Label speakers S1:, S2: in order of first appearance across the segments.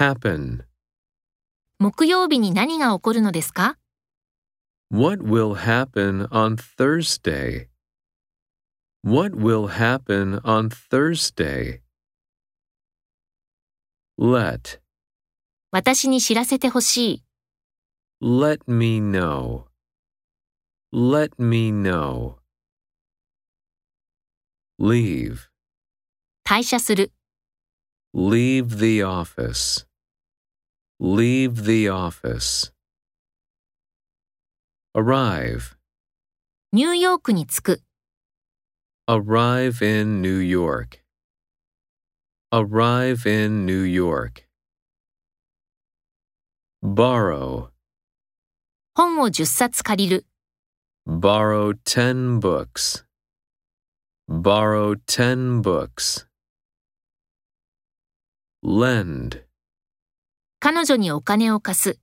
S1: happen?
S2: 木曜日に何が起こるのですか
S1: What will happen on Thursday? What will happen on Thursday? Let,
S2: 私に知らせてほしい。
S1: let me know. Let me know. Leave,
S2: 退社する。
S1: leave the office. Leave the office. Arrive,
S2: ニューヨークに着く。
S1: Arrive in New York. Arrive in New York. Borrow.
S2: 本を10冊借りる。
S1: Borrow 10 books. Borrow 10 books. Lend.
S2: 彼女にお金を貸す。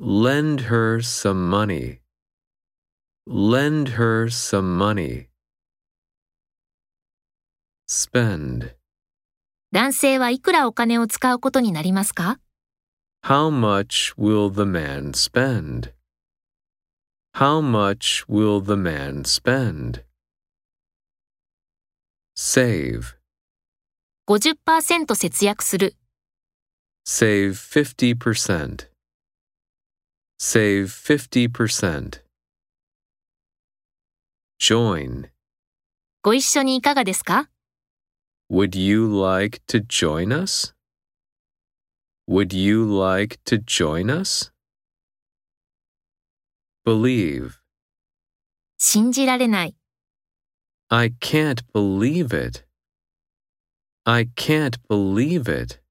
S1: Lend her some money. Lend her some money. Spend.
S2: 男性はいくらお金を使うことになりますか
S1: How much will the man spend? How much will the man spend? Save.
S2: 50%節約する。
S1: Save 50%. Save 50%. Join.
S2: ご一緒にいかがですか
S1: Would you like to join us? Would you like to join us? Believe.
S2: 信じられない。
S1: I can't believe it. I can't believe it.